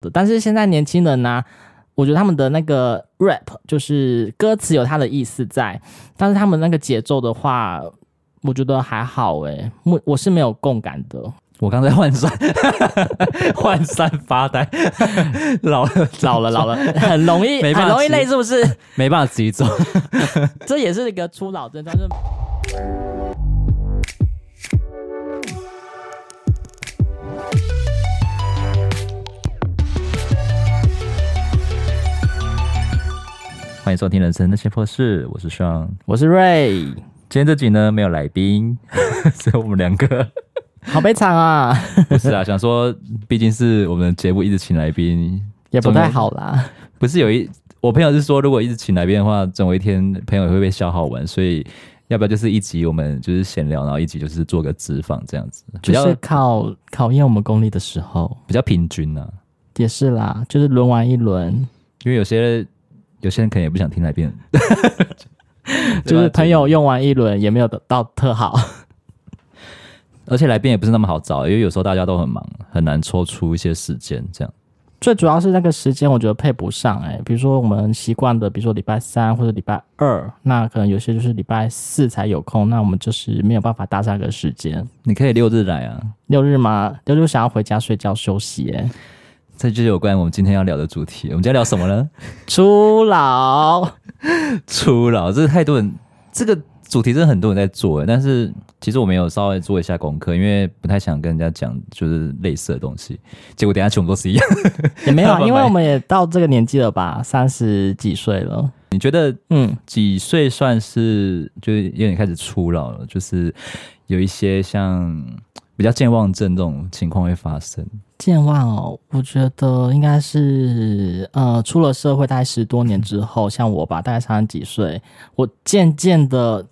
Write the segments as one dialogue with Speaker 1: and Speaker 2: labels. Speaker 1: 的。但是现在年轻人呢、啊我觉得他们的那个 rap 就是歌词有它的意思在，但是他们那个节奏的话，我觉得还好诶、我我是没有共感的。
Speaker 2: 我刚才换算， 换算发 呆，老了
Speaker 1: 老了老了， 很容易
Speaker 2: 没办
Speaker 1: 很
Speaker 2: 法
Speaker 1: 容易
Speaker 2: 直
Speaker 1: 累，是不是？
Speaker 2: 没办法自己走。
Speaker 1: 这也是一个初老症状，就是
Speaker 2: 欢迎收听《人生那些破事》，我是双。
Speaker 1: 我是瑞，
Speaker 2: 今天这集呢没有来宾， 所以我们两个
Speaker 1: 好悲惨啊，
Speaker 2: 不是啊，想说毕竟是我们节目一直请来宾，
Speaker 1: 也不太好啦。
Speaker 2: 不是有一我朋友是说，如果一直请来宾的话，总有一天朋友也会被消耗完，所以要不要就是一集我们就是闲聊，然后一集就是做个脂肪这样子，比
Speaker 1: 就
Speaker 2: 较、
Speaker 1: 是考考验我们功力的时候，
Speaker 2: 比较平均啊，
Speaker 1: 也是啦，就是轮完一轮，
Speaker 2: 因为有些有些人可能也不想听来宾，
Speaker 1: 就是朋友用完一轮也没有得到特好。
Speaker 2: 而且来宾也不是那么好找，因为有时候大家都很忙，很难抽出一些时间这样。
Speaker 1: 最主要是那个时间，我觉得配不上哎、比如说我们习惯的，比如说礼拜三或者礼拜二，那可能有些就是礼拜四才有空，那我们就是没有办法搭上个时间。
Speaker 2: 你可以六日来啊，
Speaker 1: 六日嘛，六日想要回家睡觉休息哎、
Speaker 2: 这就是有关我们今天要聊的主题。我们今天聊什么呢？
Speaker 1: 初老，
Speaker 2: 初老，这太多人，这个主题真的很多人在做，欸但是其实我没有稍微做一下功课，因为不太想跟人家讲就是类似的东西，结果等一下全部都是一样。
Speaker 1: 也没有
Speaker 2: 拜
Speaker 1: 啊，
Speaker 2: 拜
Speaker 1: 因为我们也到这个年纪了吧，三十几岁了，
Speaker 2: 你觉得
Speaker 1: 嗯，
Speaker 2: 几岁算是就是有点开始初老了？就是有一些像比较健忘症这种情况会发生。
Speaker 1: 健忘哦，我觉得应该是呃，出了社会大概十多年之后，像我吧，大概三十几岁，我渐渐的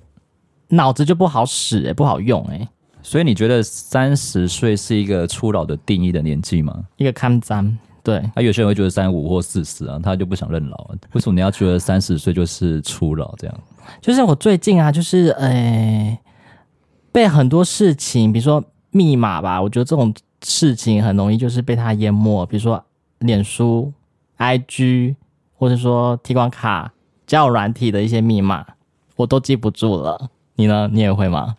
Speaker 1: 脑子就不好使、欸，不好用、欸，
Speaker 2: 所以你觉得三十岁是一个初老的定义的年纪吗？
Speaker 1: 一个看脏，对，
Speaker 2: 啊，有些人会觉得三五或四十啊，他就不想认老啊。为什么你要觉得三十岁就是初老这样？
Speaker 1: 就是我最近啊，就是诶、呃被很多事情，比如说密码吧，我觉得这种事情很容易就是被它淹没，比如说脸书、IG，或者说提款卡、交友软体的一些密码，我都记不住了。你呢？你也会吗？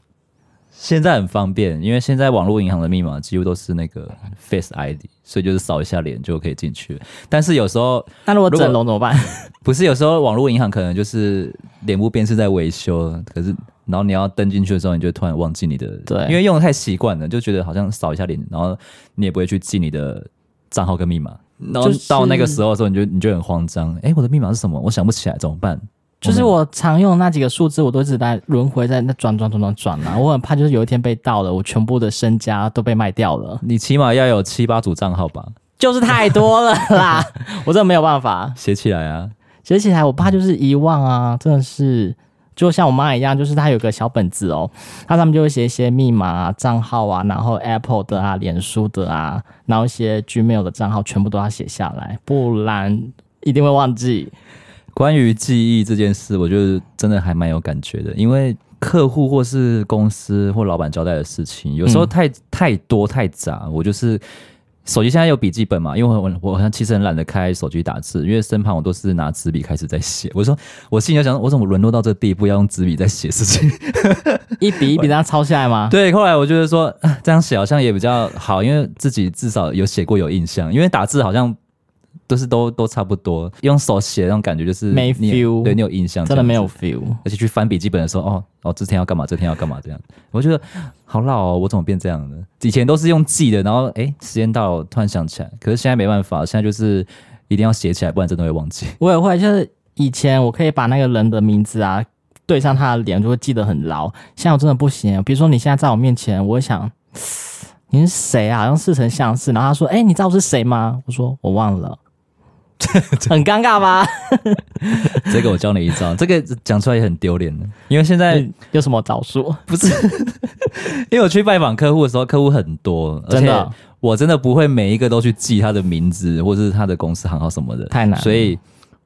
Speaker 2: 现在很方便，因为现在网络银行的密码几乎都是那个 Face ID，所以就是扫一下脸就可以进去了。但是有时候
Speaker 1: 那如果
Speaker 2: 如果
Speaker 1: 整容怎么办？
Speaker 2: 不是，有时候网络银行可能就是脸部辨识在维修，可是然后你要登进去的时候，你就突然忘记你的，
Speaker 1: 对
Speaker 2: 因为用的太习惯了，就觉得好像扫一下脸，然后你也不会去记你的账号跟密码。然后
Speaker 1: 就是
Speaker 2: 到那个时候的时候，你就你就很慌张，哎，我的密码是什么？我想不起来，怎么办？
Speaker 1: 就是我常用的那几个数字，我都一直在轮回，在那转转转转转啊！我很怕，就是有一天被盗了，我全部的身家都被卖掉了。
Speaker 2: 你起码要有七八组账号吧，
Speaker 1: 就是太多了啦，我真的没有办法
Speaker 2: 写起来啊。
Speaker 1: 写起来。我爸就是遗忘啊，真的是就像我妈一样，就是她有个小本子哦，那他们就会写一些密码啊、账号啊，然后 Apple 的啊、脸书的啊，然后一些 Gmail 的账号全部都要写下来，不然一定会忘记。
Speaker 2: 关于记忆这件事，我觉得真的还蛮有感觉的，因为客户或是公司或老板交代的事情，有
Speaker 1: 嗯
Speaker 2: 时候太、太多太杂，我就是。手机现在有笔记本嘛？因为我我我好像其实很懒得开手机打字，因为身旁我都是拿纸笔开始在写。我说我心里就想，我怎么沦落到这地步，要用纸笔 在写事情？
Speaker 1: 一笔一笔这样抄下来吗？
Speaker 2: 对，后来我就是说啊这样写好像也比较好，因为自己至少有写过有印象，因为打字好像都是都都差不多，用手写那种感觉就是
Speaker 1: 没
Speaker 2: 你
Speaker 1: feel
Speaker 2: 对你有印象，
Speaker 1: 真的没
Speaker 2: 有。
Speaker 1: 有 feel。
Speaker 2: 而且去翻笔记本的时候，哦哦，这天要干嘛，这天要干嘛这样，我觉得好老哦，我怎么变这样的？以前都是用记的，然后哎，时间到了突然想起来，可是现在没办法，现在就是一定要写起来，不然真的会忘记。
Speaker 1: 我也会，就是以前我可以把那个人的名字啊对上他的脸，就会记得很牢。现在我真的不行。比如说你现在在我面前，我会想 你是谁啊？好像似曾相识。然后他说：“哎、你知道我是谁吗？”我说：“我忘了。”很尴尬吧？
Speaker 2: 这个我教你一招，这个讲出来也很丢脸的，因为现在
Speaker 1: 你有什么招数？
Speaker 2: 因为我去拜访客户的时候，客户很多，而
Speaker 1: 真的啊
Speaker 2: 且我真的不会每一个都去记他的名字或者是他的公司行号什么的，
Speaker 1: 太难了
Speaker 2: 所以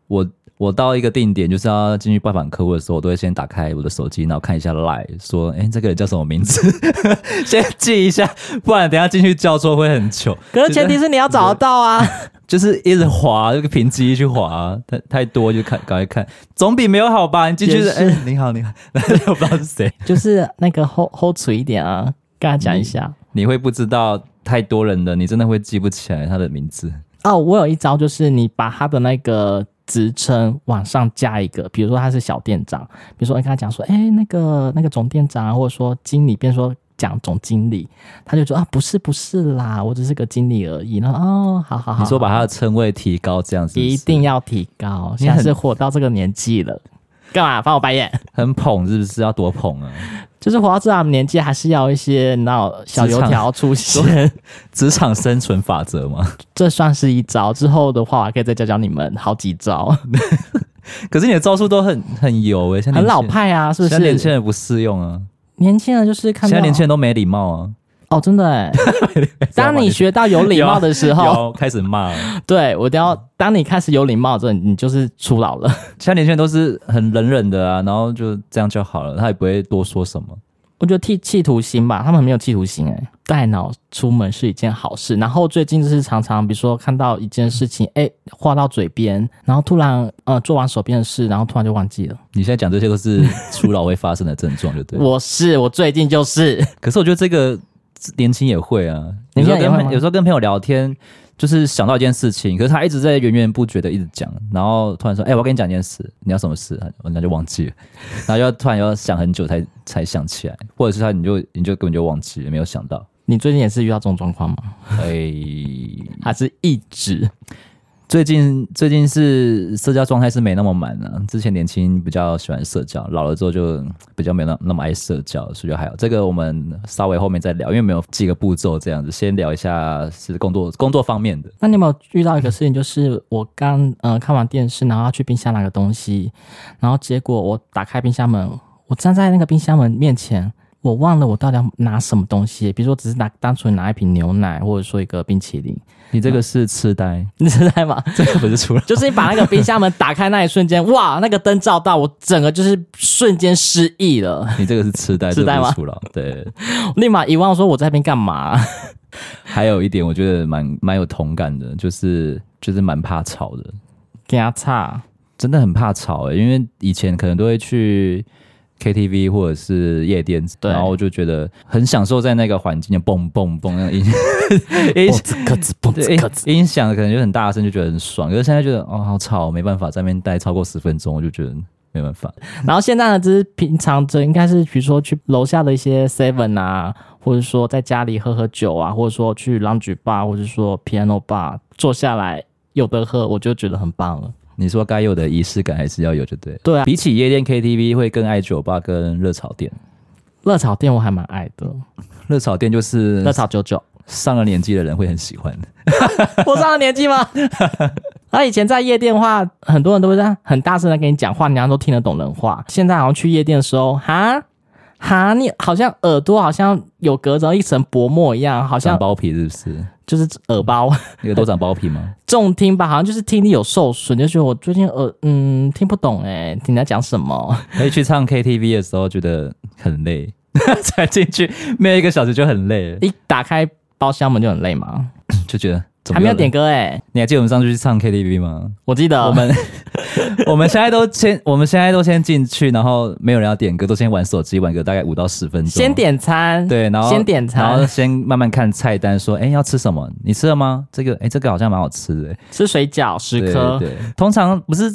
Speaker 2: 我我到一个定点，就是要进去拜访客户的时候，我都会先打开我的手机，然后看一下 Line，说，哎、这个人叫什么名字， 先记一下，不然等一下进去叫错会很糗。
Speaker 1: 可是前提是你要找得到啊！
Speaker 2: 就是一直滑，就凭记忆去滑，太太多就看，赶快看，总比没有好吧？你进去
Speaker 1: 也
Speaker 2: 是，
Speaker 1: 是
Speaker 2: 哎、你好， 你好，然后又不知道是谁，
Speaker 1: 就是那个 hold hold 住一点啊，跟他讲一下。
Speaker 2: 你会不知道太多人的，你真的会记不起来他的名字。
Speaker 1: 哦，我有一招，就是你把他的那个职称往上加一个，比如说他是小店长，比如说你跟他讲说，哎、那个那个总店长啊，或者说经理，变说讲总经理，他就说啊，不是不是啦，我只是个经理而已。然后哦，好好好，
Speaker 2: 你说把他的称谓提高，这样子
Speaker 1: 一定要提高，
Speaker 2: 你
Speaker 1: 下
Speaker 2: 很
Speaker 1: 次活到这个年纪了，干嘛翻我白眼？
Speaker 2: 很捧，是不是？要多捧啊！
Speaker 1: 就是活到这样的年纪，还是要一些你知道小油条出现，
Speaker 2: 职场生存法则嘛。
Speaker 1: 这算是一招。之后的话，我还可以再教教你们好几招，
Speaker 2: 可是你的招数都很很油哎、像
Speaker 1: 很
Speaker 2: 年
Speaker 1: 老
Speaker 2: 轻人，
Speaker 1: 派啊，是不是？
Speaker 2: 现在年轻人不适用啊，
Speaker 1: 年轻人就是看
Speaker 2: 现
Speaker 1: 到
Speaker 2: 在年轻人都没礼貌啊。
Speaker 1: 哦，真的 哎。当你学到有礼貌的时候，
Speaker 2: 有开始骂啊了，
Speaker 1: 对我都要。当你开始有礼貌之后，你就是初老了。
Speaker 2: 现在年轻人都是很冷冷的啊，然后就这样就好了，他也不会多说什么。
Speaker 1: 我觉得企企图心吧，他们没有企图心哎、带脑出门是一件好事。然后最近就是常常，比如说看到一件事情，哎、话到嘴边，然后突然呃做完手边的事，然后突然就忘记了。
Speaker 2: 你现在讲这些都是初老会发生的症状，就对了。
Speaker 1: 我是我最近就是，
Speaker 2: 可是我觉得这个年轻也会啊，有
Speaker 1: 年轻
Speaker 2: 时候
Speaker 1: 人也
Speaker 2: 跟
Speaker 1: 会吗
Speaker 2: 朋有时候跟朋友聊天，就是想到一件事情，可是他一直在源源不绝的一直讲，然后突然说：“哎、我要跟你讲一件事，你要什么事？”那就忘记了，然后要突然要想很久才才想起来，或者是他你就你就根本就忘记了，没有想到。
Speaker 1: 你最近也是遇到这种状况吗？
Speaker 2: 哎、
Speaker 1: 还是一直？
Speaker 2: 最近最近是社交状态是没那么满了、之前年轻比较喜欢社交，老了之后就嗯比较没那那么爱社交，所以就还好。这个我们稍微后面再聊，因为没有几个步骤这样子，先聊一下是工作工作方面的。
Speaker 1: 那你有没有遇到一个事情，就是我刚呃看完电视，然后要去冰箱拿个东西，然后结果我打开冰箱门，我站在那个冰箱门面前，我忘了我到底要拿什么东西，比如说只是拿单纯拿一瓶牛奶，或者说一个冰淇淋，
Speaker 2: 你这个是痴呆，
Speaker 1: 你知道吗？
Speaker 2: 这个不是出来。
Speaker 1: 就是你把那个冰箱门打开那一瞬间，哇，那个灯照到我，整个就是瞬间失忆了，
Speaker 2: 你这个是痴呆，
Speaker 1: 痴呆吗
Speaker 2: 这个不是初老，对。
Speaker 1: 立马遗忘说我在那边干嘛。
Speaker 2: 还有一点，我觉得蛮蛮有同感的，就是就是蛮怕吵的。
Speaker 1: 给他差，
Speaker 2: 真的很怕吵、欸，因为以前可能都会去 KTV 或者是夜店，
Speaker 1: 对
Speaker 2: 然后我就觉得很享受在那个环境，嘣嘣嘣那 个音
Speaker 1: 嘣
Speaker 2: 音哦
Speaker 1: 子咯吱嘣
Speaker 2: 对
Speaker 1: 子咯吱，
Speaker 2: 音音响可能就很大声，就觉得很爽。可是现在觉得哦好吵，没办法，在那边待超过十分钟，我就觉得没办法。
Speaker 1: 然后现在呢，就是平常这应该是比如说去楼下的一些 Seven 啊，或者说在家里喝喝酒啊，或者说去 Lounge Bar，或者说 Piano Bar 坐下来有得喝，我就觉得很棒了。
Speaker 2: 你说该有的仪式感还是要有，就对。
Speaker 1: 对啊
Speaker 2: 比起夜店 KTV 会更爱酒吧跟热炒店。
Speaker 1: 热炒店我还蛮爱的，
Speaker 2: 热炒店就是
Speaker 1: 热炒九九，
Speaker 2: 上了年纪的人会很喜欢的。
Speaker 1: 我上了年纪吗？那以前在夜店的话，很多人都会这样很大声的跟你讲话，你好像都听得懂人话。现在好像去夜店的时候，哈哈，你好像耳朵好像有隔着一层薄膜一样，好
Speaker 2: 长
Speaker 1: 像
Speaker 2: 包皮是不是？
Speaker 1: 就是耳包。
Speaker 2: 你有多长包皮吗？
Speaker 1: 重听吧，好像就是听力有受损，就觉得我最近耳嗯听不懂哎、你在讲什么？
Speaker 2: 可以去唱 KTV 的时候觉得很累， 才进去没有一个小时就很累了，
Speaker 1: 一打开包厢门就很累嘛，
Speaker 2: 就觉得怎么
Speaker 1: 还没有
Speaker 2: 了
Speaker 1: 点。歌哎、
Speaker 2: 你还记得我们上次去唱 KTV 吗？
Speaker 1: 我记得
Speaker 2: 我们 我们现在都先我们现在都先进去，然后没有人要点歌，都先玩手机玩个大概五到十分钟。
Speaker 1: 先点餐，
Speaker 2: 对，然后
Speaker 1: 先点
Speaker 2: 然后
Speaker 1: 餐
Speaker 2: 先慢慢看菜单，说哎要吃什么？你吃了吗？这个哎这个好像蛮好吃的，
Speaker 1: 吃水饺十
Speaker 2: 对
Speaker 1: 颗，
Speaker 2: 对，通常不是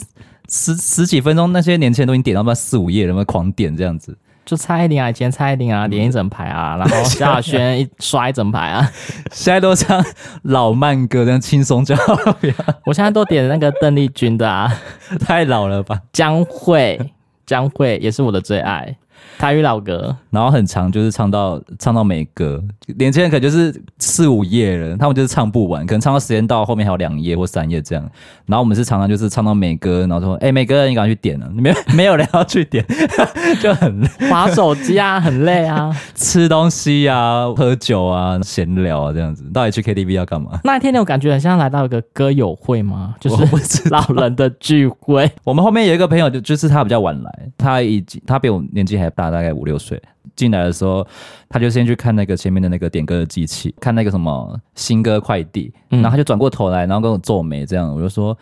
Speaker 2: 十十几分钟，那些年轻人都已经点到不知道四五页了，他们狂点这样子。
Speaker 1: 就蔡依林啊，以前蔡依林
Speaker 2: 嗯
Speaker 1: 啊点一整排 啊，然后萧亚轩一刷一整排啊，
Speaker 2: 现在都唱老慢歌，这样轻松就好了，不要
Speaker 1: 我现在都点那个邓丽君的啊，
Speaker 2: 太老了吧。
Speaker 1: 江蕙，江蕙也是我的最爱，台语老歌，
Speaker 2: 然后很长，就是唱到唱到没歌，年轻人可能就是四五页了，他们就是唱不完，可能唱到时间到后面还有两页或三页这样。然后我们是常常就是唱到没歌，然后说：“哎、每个人你赶快去点 了、没有没有人要去点， 就很累
Speaker 1: 划手机啊，很累啊。
Speaker 2: 吃东西啊、喝酒啊、闲聊啊这样子。到底去 KTV 要干嘛？
Speaker 1: 那一天我感觉很像来到一个歌友会吗？就
Speaker 2: 我
Speaker 1: 是
Speaker 2: 不知道
Speaker 1: 老人的聚会，
Speaker 2: 我们后面有一个朋友就，就是他比较晚来，他已经他比我年纪还还大，大概五六岁。进来的时候，他就先去看那个前面的那个点歌的机器，看那个什么新歌快递，然后他就转过头来，然后跟我皱眉，这样我就说。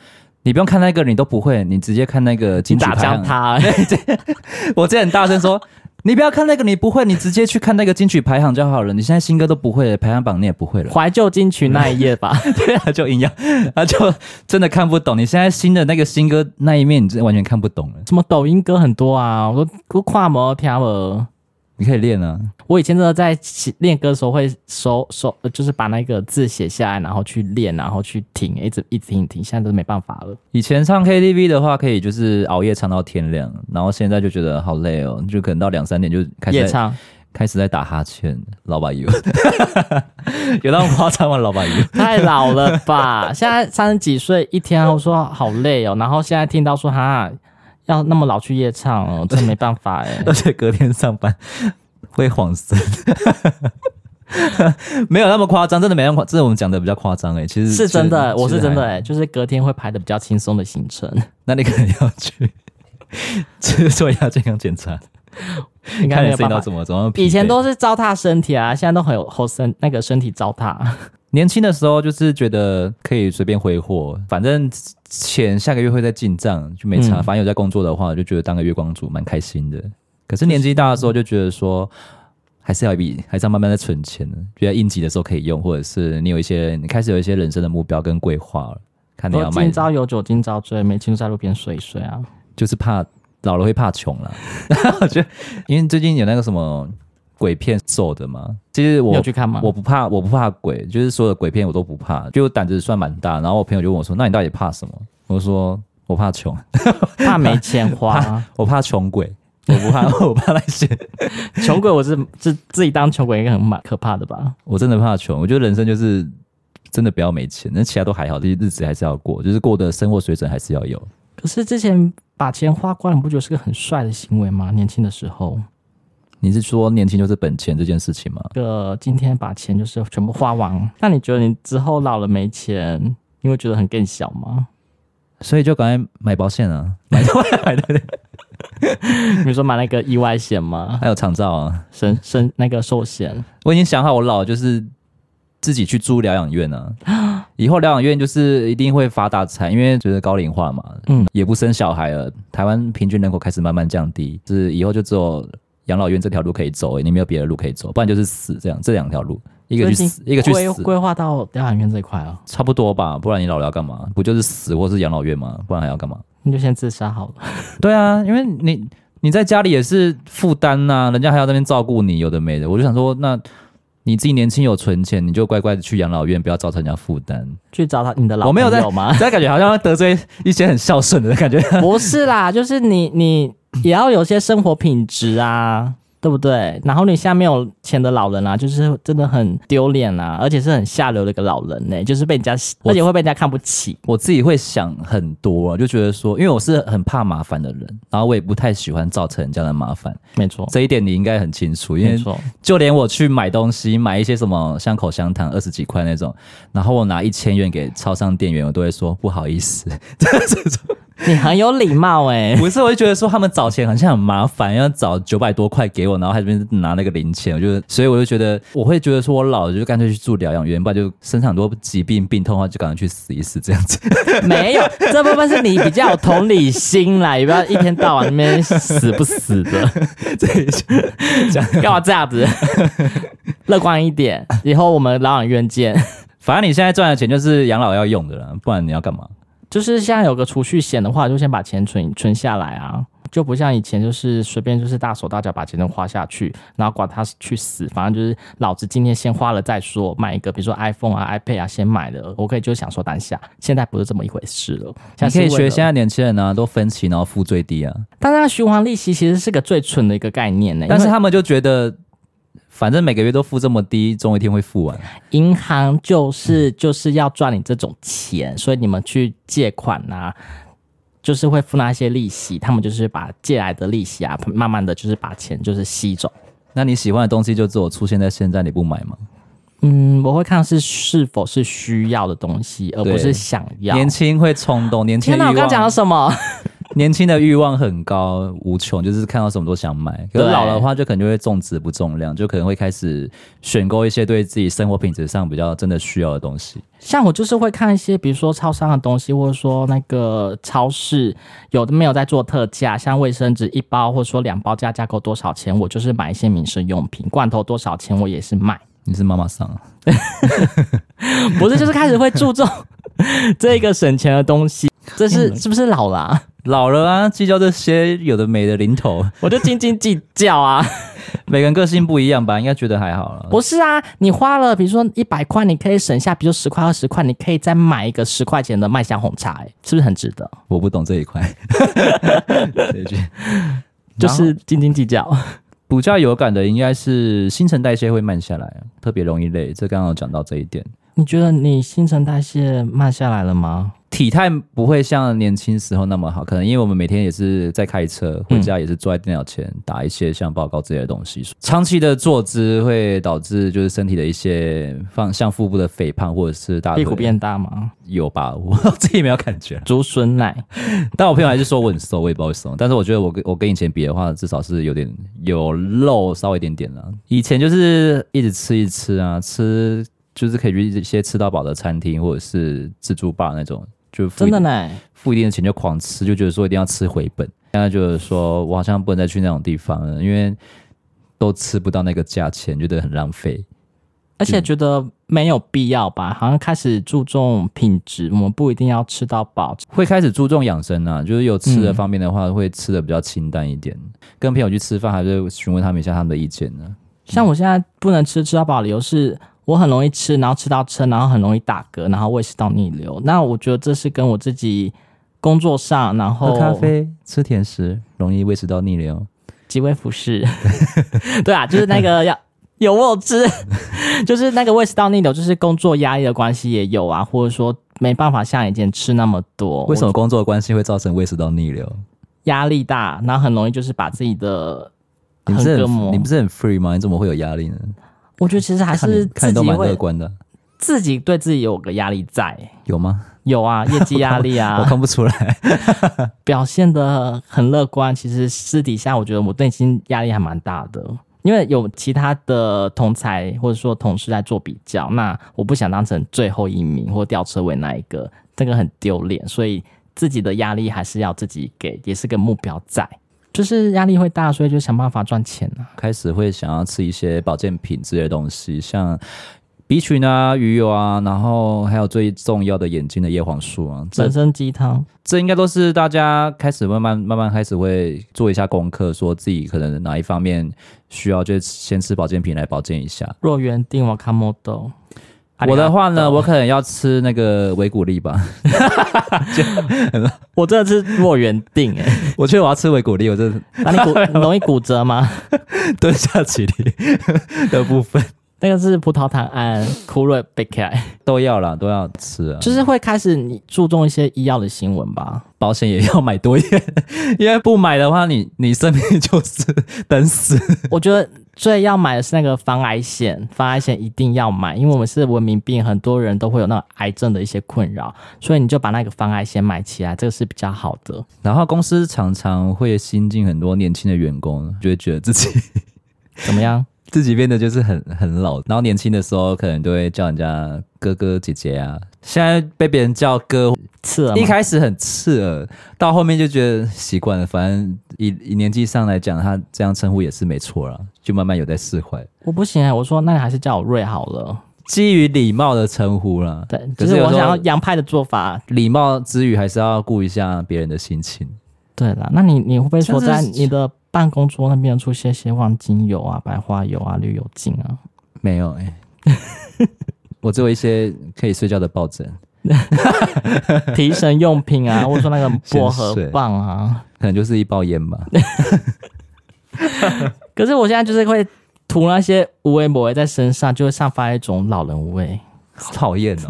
Speaker 2: 你不用看那个，你都不会，你直接看那个
Speaker 1: 你
Speaker 2: 金曲
Speaker 1: 打
Speaker 2: 排
Speaker 1: 枪
Speaker 2: 行。
Speaker 1: 他，
Speaker 2: 我之前很大声说，你不要看那个，你不会，你直接去看那个金曲排行就好了。你现在新歌都不会，排行榜你也不会了。
Speaker 1: 怀旧金曲那一页吧。
Speaker 2: 对啊，就一样， 他就真的看不懂。你现在新的那个新歌那一面，你真的完全看不懂了。
Speaker 1: 什么抖音歌很多啊，我都我跨模跳了。
Speaker 2: 你可以练啊，
Speaker 1: 我以前真的在写练歌的时候会手手，呃就是把那个字写下来，然后去练，然后去听，一直一直听一听，现在都没办法了。
Speaker 2: 以前唱 KTV 的话，可以就是熬夜唱到天亮，然后现在就觉得好累哦，就可能到两三点就开
Speaker 1: 夜
Speaker 2: 始在
Speaker 1: 唱，
Speaker 2: 开始在打哈欠，老板油， 有那么夸张吗？老 板油，
Speaker 1: 太老了吧？现在三十几岁，一天我说好累哦，然后现在听到说哈要那么老去夜唱哦，真没办法哎、
Speaker 2: 而且隔天上班会晃神， 没有那么夸张，真的没那么夸，这是我们讲的比较夸张哎，其实
Speaker 1: 是真的，我是真的
Speaker 2: 哎。
Speaker 1: 哎、就是隔天会排的比较轻松的行 程，
Speaker 2: 那你可能要去 去做一下健康检查，
Speaker 1: 应该没
Speaker 2: 看
Speaker 1: 有
Speaker 2: 你自己
Speaker 1: 办
Speaker 2: 到
Speaker 1: 法。
Speaker 2: 怎么怎么疲惫。
Speaker 1: 以前都是糟蹋身体啊，现在都很有后身那个身体糟蹋。
Speaker 2: 年轻的时候，就是觉得可以随便挥霍，反正钱下个月会再进账，就没差。
Speaker 1: 嗯
Speaker 2: 反正有在工作的话，就觉得当个月光族蛮开心的。可是年纪大的时候，就觉得说。还是要有一笔，还是要慢慢的存钱的，比较应急的时候可以用，或者是你有一些，你开始有一些人生的目标跟规划了，看 你
Speaker 1: 我
Speaker 2: 要买
Speaker 1: 今，朝有酒今朝醉，没青就在路边睡一睡啊。
Speaker 2: 就是怕老了会怕穷了。 我觉得，因为最近有那个什么鬼片做的嘛，其实
Speaker 1: 你
Speaker 2: 我
Speaker 1: 有去看吗？
Speaker 2: 我不怕，我不怕鬼，就是所有的鬼片我都不怕，就胆子算蛮大。然后我朋友就问我说：“那你到底怕什么？”我说：“我怕穷，
Speaker 1: 怕没钱花，
Speaker 2: 我 怕穷鬼，我不怕， 我怕那些，
Speaker 1: 穷鬼我是自自己当穷鬼应该很蛮可怕的吧？
Speaker 2: 我真的怕穷。我觉得人生就是真的不要没钱，那其他都还好，这些日子还是要过，就是过的生活水准还是要有。
Speaker 1: 可是之前把钱花光，你不觉得是个很帅的行为吗？年轻的时候，
Speaker 2: 你是说年轻就是本钱这件事情吗？
Speaker 1: 这个今天把钱就是全部花完，那你觉得你之后老了没钱，你会觉得很更小吗？
Speaker 2: 所以就赶快买保险啊，买买对对，
Speaker 1: 比如说买那个意外险吗？
Speaker 2: 还有长照啊。
Speaker 1: 生生那个寿险，
Speaker 2: 我已经想好，我老了就是自己去住疗养院啊。 以后疗养院就是一定会发大财，因为觉得高龄化嘛，嗯
Speaker 1: 嗯，
Speaker 2: 也不生小孩了。台湾平均人口开始慢慢降低，就是以后就只有养老院这条路可以走、你没有别的路可以走，不然就是死这样。这两条路，一个
Speaker 1: 最
Speaker 2: 去
Speaker 1: 近
Speaker 2: 死，一个去
Speaker 1: 规
Speaker 2: 死，
Speaker 1: 规划到疗养院这一块哦，
Speaker 2: 差不多吧。不然你老了要干嘛？不就是死或是养老院吗？不然还要干嘛？
Speaker 1: 你就先自杀好了。
Speaker 2: 对啊，因为你你在家里也是负担呐，人家还要在那边照顾你，有的没的。我就想说，那你自己年轻有存钱，你就乖乖的去养老院，不要造成人家负 担。
Speaker 1: 去找他你的老
Speaker 2: 我没有在
Speaker 1: 朋友吗？
Speaker 2: 这样感觉好像得罪一些很孝顺的人感觉。
Speaker 1: 不是啦，就是你你也要有些生活品质啊，对不对？然后你下面有钱的老人啊，就是真的很丢脸啊，而且是很下流的一个老人呢、就是被人家，
Speaker 2: 我
Speaker 1: 而且会被人家看不起。
Speaker 2: 我自己会想很多啊，就觉得说，因为我是很怕麻烦的人，然后我也不太喜欢造成人家的麻烦，
Speaker 1: 没错，
Speaker 2: 这一点你应该很清楚，因
Speaker 1: 哦没
Speaker 2: 为
Speaker 1: 错，
Speaker 2: 就连我去买东西，买一些什么香口香糖二十几块那种，然后我拿一千元给超商店员，我都会说不好意思，
Speaker 1: 你很有礼貌哎、
Speaker 2: 不是，我就觉得说他们找钱好像很麻烦，要找九百多块给我，然后还这边拿那个零钱，我就所以我就觉得我会觉得说我老了就干脆去住疗养院，不然就身上很多疾病病痛的话就赶快去死一死这样子。
Speaker 1: 没有，这部分是你比较有同理心啦，也不要一天到晚那边死不死 的，干嘛这样子？乐观一点，以后我们老养院见。
Speaker 2: 反正你现在赚的钱就是养老要用的了，不然你要干嘛？
Speaker 1: 就是现在有个储蓄险的话，就先把钱存存下来啊，就不像以前就是随便就是大手大脚把钱都花下去，然后管他去死，反正就是老子今天先花了再说，买一个比如说 iPhone 啊、iPad 啊，先买了，我可以就享受当下。现在不是这么一回事了，
Speaker 2: 你
Speaker 1: 现在是
Speaker 2: 可以
Speaker 1: 为
Speaker 2: 学
Speaker 1: 了
Speaker 2: 现在年轻人啊，都分期然后付最低啊，
Speaker 1: 但是它循环利息其实是个最蠢的一个概念呢、
Speaker 2: 但
Speaker 1: 哎
Speaker 2: 是
Speaker 1: 因为
Speaker 2: 他们就觉得。反正每个月都付这么低，总有一天会付完。
Speaker 1: 银行就是就是要赚你这种钱，所以你们去借款啊。就是会付那些利息，他们就是把借来的利息啊，慢慢的就是把钱就是吸走。
Speaker 2: 那你喜欢的东西就只有出现在现在，你不买吗？
Speaker 1: 嗯，我会看是是否是需要的东西，而不
Speaker 2: 对
Speaker 1: 是想要。
Speaker 2: 年轻会冲动，年轻
Speaker 1: 天
Speaker 2: 的
Speaker 1: 哪，我
Speaker 2: 欲
Speaker 1: 刚
Speaker 2: 望
Speaker 1: 讲了什么？
Speaker 2: 年轻的欲望很高，无穷，就是看到什么都想买。可是
Speaker 1: 对
Speaker 2: 老了的话，就可能就会重质不重量，就可能会开始选购一些对自己生活品质上比较真的需要的东西。
Speaker 1: 像我就是会看一些，比如说超商的东西，或者说那个超市有的没有在做特价，像卫生纸一包或者说两包加价购多少钱，我就是买一些民生用品，罐头多少钱我也是买，
Speaker 2: 你是妈妈桑啊，
Speaker 1: 不是就是开始会注重 这个省钱的东西，这是是不是老了啊、
Speaker 2: 老了啊，计较这些有的没的零头，
Speaker 1: 我就斤斤计较啊，
Speaker 2: 每个人个性不一样吧，应该觉得还好了。
Speaker 1: 不是啊，你花了比如说一百块，你可以省下，比如十块二十块，你可以再买一个十块钱的麦香红茶、欸，是不是很值得？
Speaker 2: 我不懂这 一块，这 一句
Speaker 1: 就是斤斤计较。
Speaker 2: 比较有感的应该是新陈代谢会慢下来，特别容易累。这刚刚有讲到这一点，
Speaker 1: 你觉得你新陈代谢慢下来了吗？
Speaker 2: 体态不会像年轻时候那么好，可能因为我们每天也是在开车，回家也是坐在电脑前打一些像报告之类的东西，长期的坐姿会导致就是身体的一些放像腹部的肥胖或者是大腿
Speaker 1: 屁股变大吗？
Speaker 2: 有吧，我自己没有感觉。
Speaker 1: 竹笋奶，
Speaker 2: 但我朋友还是说我很瘦，我也不知道为什么。但是我觉得我跟我跟以前比的话，至少是有点有肉稍微一点点啦。以前就是一直吃一直吃啊，吃就是可以去一些吃到饱的餐厅或者是自助吧那种，就付
Speaker 1: 真
Speaker 2: 一
Speaker 1: 的呢？
Speaker 2: 付一定的钱就狂吃，就觉得说一定要吃回本。现在就是说我好像不能再去那种地方了，因为都吃不到那个价钱，觉得很浪费。
Speaker 1: 而且觉得没有必要吧，好像开始注重品质，我们不一定要吃到饱。
Speaker 2: 会开始注重养生啊，就是有吃的方面的话，会吃的比较清淡一点。跟朋友去吃饭，还是询问他们一下他们的意见呢、
Speaker 1: 像我现在不能吃吃到饱的理由是。我很容易吃，然后吃到撑，然后很容易打嗝，然后胃食道逆流。那我觉得这是跟我自己工作上，然后
Speaker 2: 喝咖啡、吃甜食容易胃食道逆流。
Speaker 1: 几位服饰， 对啊，就是那个要有我有吃， 就是那个胃食道逆流，就是工作压力的关系也有啊，或者说没办法像以前吃那么多，
Speaker 2: 为什么工作的关系会造成胃食道逆流？
Speaker 1: 压力大，然后很容易就是把自己的
Speaker 2: 你
Speaker 1: 横
Speaker 2: 不是
Speaker 1: 膈
Speaker 2: 很你
Speaker 1: 膜
Speaker 2: 不。是很 free 吗？你怎么会有压力呢？
Speaker 1: 我觉得其实还
Speaker 2: 看你
Speaker 1: 是
Speaker 2: 看
Speaker 1: 自
Speaker 2: 你都
Speaker 1: 己
Speaker 2: 蛮乐
Speaker 1: 会
Speaker 2: 观的，
Speaker 1: 自己对自己有个压力在，
Speaker 2: 有吗？
Speaker 1: 有啊，业绩压力
Speaker 2: 我
Speaker 1: 啊，
Speaker 2: 看不出来。
Speaker 1: 表现的很乐观，其实私底下我觉得我内心压力还蛮大的，因为有其他的同才或者说同事在做比较，那我不想当成最后一名或吊车尾那一个，这个很丢脸，所以自己的压力还是要自己给，也是个目标在，就是压力会大，所以就想办法赚钱啊。
Speaker 2: 开始会想要吃一些保健品之类的东西，像 B 群啊、鱼油啊，然后还有最重要的眼睛的叶黄素啊，这
Speaker 1: 人生鸡汤，
Speaker 2: 这应该都是大家开始慢慢慢慢开始会做一下功课，说自己可能哪一方面需要，就先吃保健品来保健一下。
Speaker 1: 若原定我看莫豆。
Speaker 2: 我的话呢，我可能要吃那个维骨力吧，
Speaker 1: 我真的是若原定哎、
Speaker 2: 我觉得我要吃维骨力，我真的
Speaker 1: 那你 骨你容易骨折吗？
Speaker 2: 蹲下起立的部分
Speaker 1: 那个是葡萄糖胺，枯蕊贝克。
Speaker 2: 都要啦，都要吃啊。
Speaker 1: 就是会开始你注重一些医药的新闻 吧。
Speaker 2: 保险也要买多一点，因为不买的话你，你生命就是等死。
Speaker 1: 我觉得最要买的是那个防癌险，防癌险一定要买，因为我们是文明病，很多人都会有那种癌症的一些困扰，所以你就把那个防癌险买起来，这个是比较好的。
Speaker 2: 然后公司常常会新进很多年轻的员工，就会觉得自己
Speaker 1: 怎么样？
Speaker 2: 自己变得就是很很老，然后年轻的时候可能都会叫人家哥哥姐姐啊，现在被别人叫哥，
Speaker 1: 刺耳
Speaker 2: 一
Speaker 1: 吗？
Speaker 2: 开始很刺耳，到后面就觉得习惯了，反正以以年纪上来讲，他这样称呼也是没错啦，就慢慢有在释怀，
Speaker 1: 我不行、欸，我说那你还是叫我瑞好了。
Speaker 2: 基于礼貌的称呼啦，
Speaker 1: 对，
Speaker 2: 可
Speaker 1: 就是是
Speaker 2: 有
Speaker 1: 我
Speaker 2: 时候
Speaker 1: 想要洋派的做法。
Speaker 2: 礼貌之余还是要顾一下别人的心情。
Speaker 1: 对啦，那你你会不会说
Speaker 2: 像
Speaker 1: 在
Speaker 2: 是
Speaker 1: 你的办公桌那边出现一些望精油啊、白花油啊、绿油精 啊？
Speaker 2: 没有哎、我只有一些可以睡觉的抱枕，
Speaker 1: 提神用品啊，或者说那个薄
Speaker 2: 先睡
Speaker 1: 荷棒啊。
Speaker 2: 可能就是一包烟吧。
Speaker 1: 可是我现在就是会涂那些无为抹在身上，就会散发一种老人味。
Speaker 2: 好讨厌哦！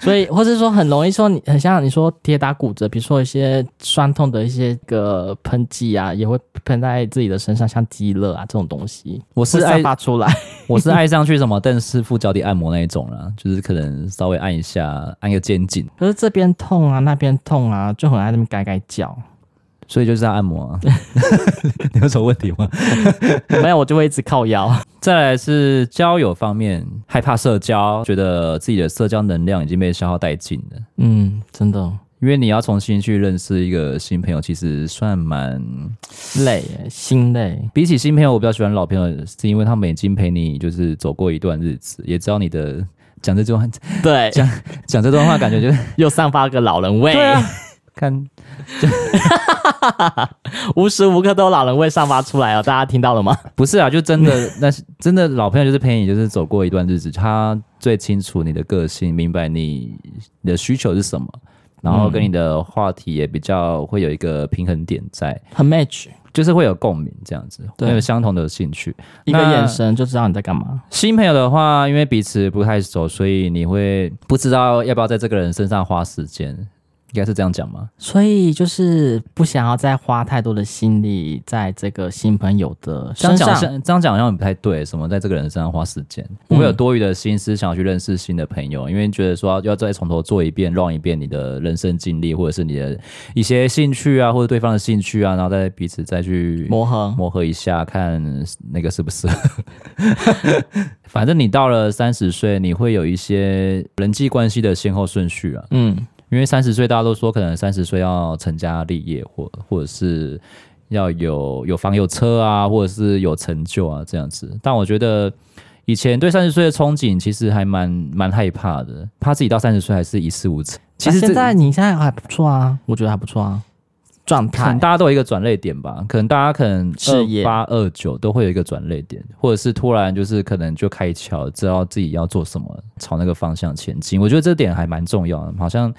Speaker 1: 所以或者说很容易说你很像你说跌打骨折，比如说一些酸痛的一些个喷剂啊，也会喷在自己的身上，像鸡肋啊这种东西，
Speaker 2: 我是
Speaker 1: 会
Speaker 2: 爱
Speaker 1: 散发出来。
Speaker 2: 我是爱上去什么邓师傅脚底按摩那一种啦，就是可能稍微按一下，按个肩颈，
Speaker 1: 可是这边痛啊，那边痛啊，就很爱那边改改脚。
Speaker 2: 所以就是要按摩啊。 你有什么问题吗？
Speaker 1: 没有，我就会一直靠腰。
Speaker 2: 再来是交友方面，害怕社交，觉得自己的社交能量已经被消耗殆尽了。
Speaker 1: 嗯，真的
Speaker 2: 因为你要重新去认识一个新朋友，其实算蛮
Speaker 1: 累耶，心累。
Speaker 2: 比起新朋友，我比较喜欢老朋友，是因为他们已经陪你就是走过一段日子，也知道你的讲这段
Speaker 1: 对，
Speaker 2: 讲这段话，感觉就是
Speaker 1: 又散发个老人味，
Speaker 2: 对啊看
Speaker 1: 无时无刻都有老人味散发出来哦。大家听到了吗？
Speaker 2: 不是啊，就真的 那是真的老朋友就是陪你就是走过一段日子，他最清楚你的个性，明白你你的需求是什么，然后跟你的话题也比较会有一个平衡点在，
Speaker 1: 很 match，
Speaker 2: 就是会有共鸣这样子，
Speaker 1: 对
Speaker 2: 会有相同的兴趣。
Speaker 1: 一个
Speaker 2: 那
Speaker 1: 眼神就知道你在干嘛。
Speaker 2: 新朋友的话，因为彼此不太熟，所以你会不知道要不要在这个人身上花时间，应该是这样讲吗？
Speaker 1: 所以就是不想要再花太多的心力在这个新朋友的
Speaker 2: 这
Speaker 1: 身
Speaker 2: 样讲好
Speaker 1: 上。
Speaker 2: 像这样讲好像不太对，什么在这个人身上花时间，不会有多余的心思想要去认识新的朋友，因为觉得说要再从头做一遍，让一遍你的人生经历，或者是你的一些兴趣啊，或者对方的兴趣啊，然后再彼此再去
Speaker 1: 磨合，
Speaker 2: 磨合一下，看那个是不 是。反正你到了三十岁，你会有一些人际关系的先后顺序啊。
Speaker 1: 嗯，
Speaker 2: 因为三十岁大家都说可能三十岁要成家立业，或或者是要有有房有车啊，或者是有成就啊这样子。但我觉得以前对三十岁的憧憬其实还蛮蛮害怕的，怕自己到三十岁还是一事无成。其实
Speaker 1: 那啊
Speaker 2: 这
Speaker 1: 现在你现在还不错啊，我觉得还不错啊，状
Speaker 2: 可能
Speaker 1: 态。
Speaker 2: 大家都有一个转类点吧，可能大家可能
Speaker 1: 事业
Speaker 2: 二八二九都会有一个转类点，或者是突然就是可能就开窍，知道自己要做什么，朝那个方向前进。我觉得这点还蛮重要的，好像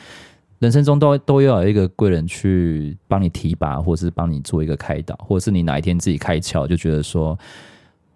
Speaker 2: 人生中都都要有一个贵人去帮你提拔，或者是帮你做一个开导，或者是你哪一天自己开窍，就觉得说。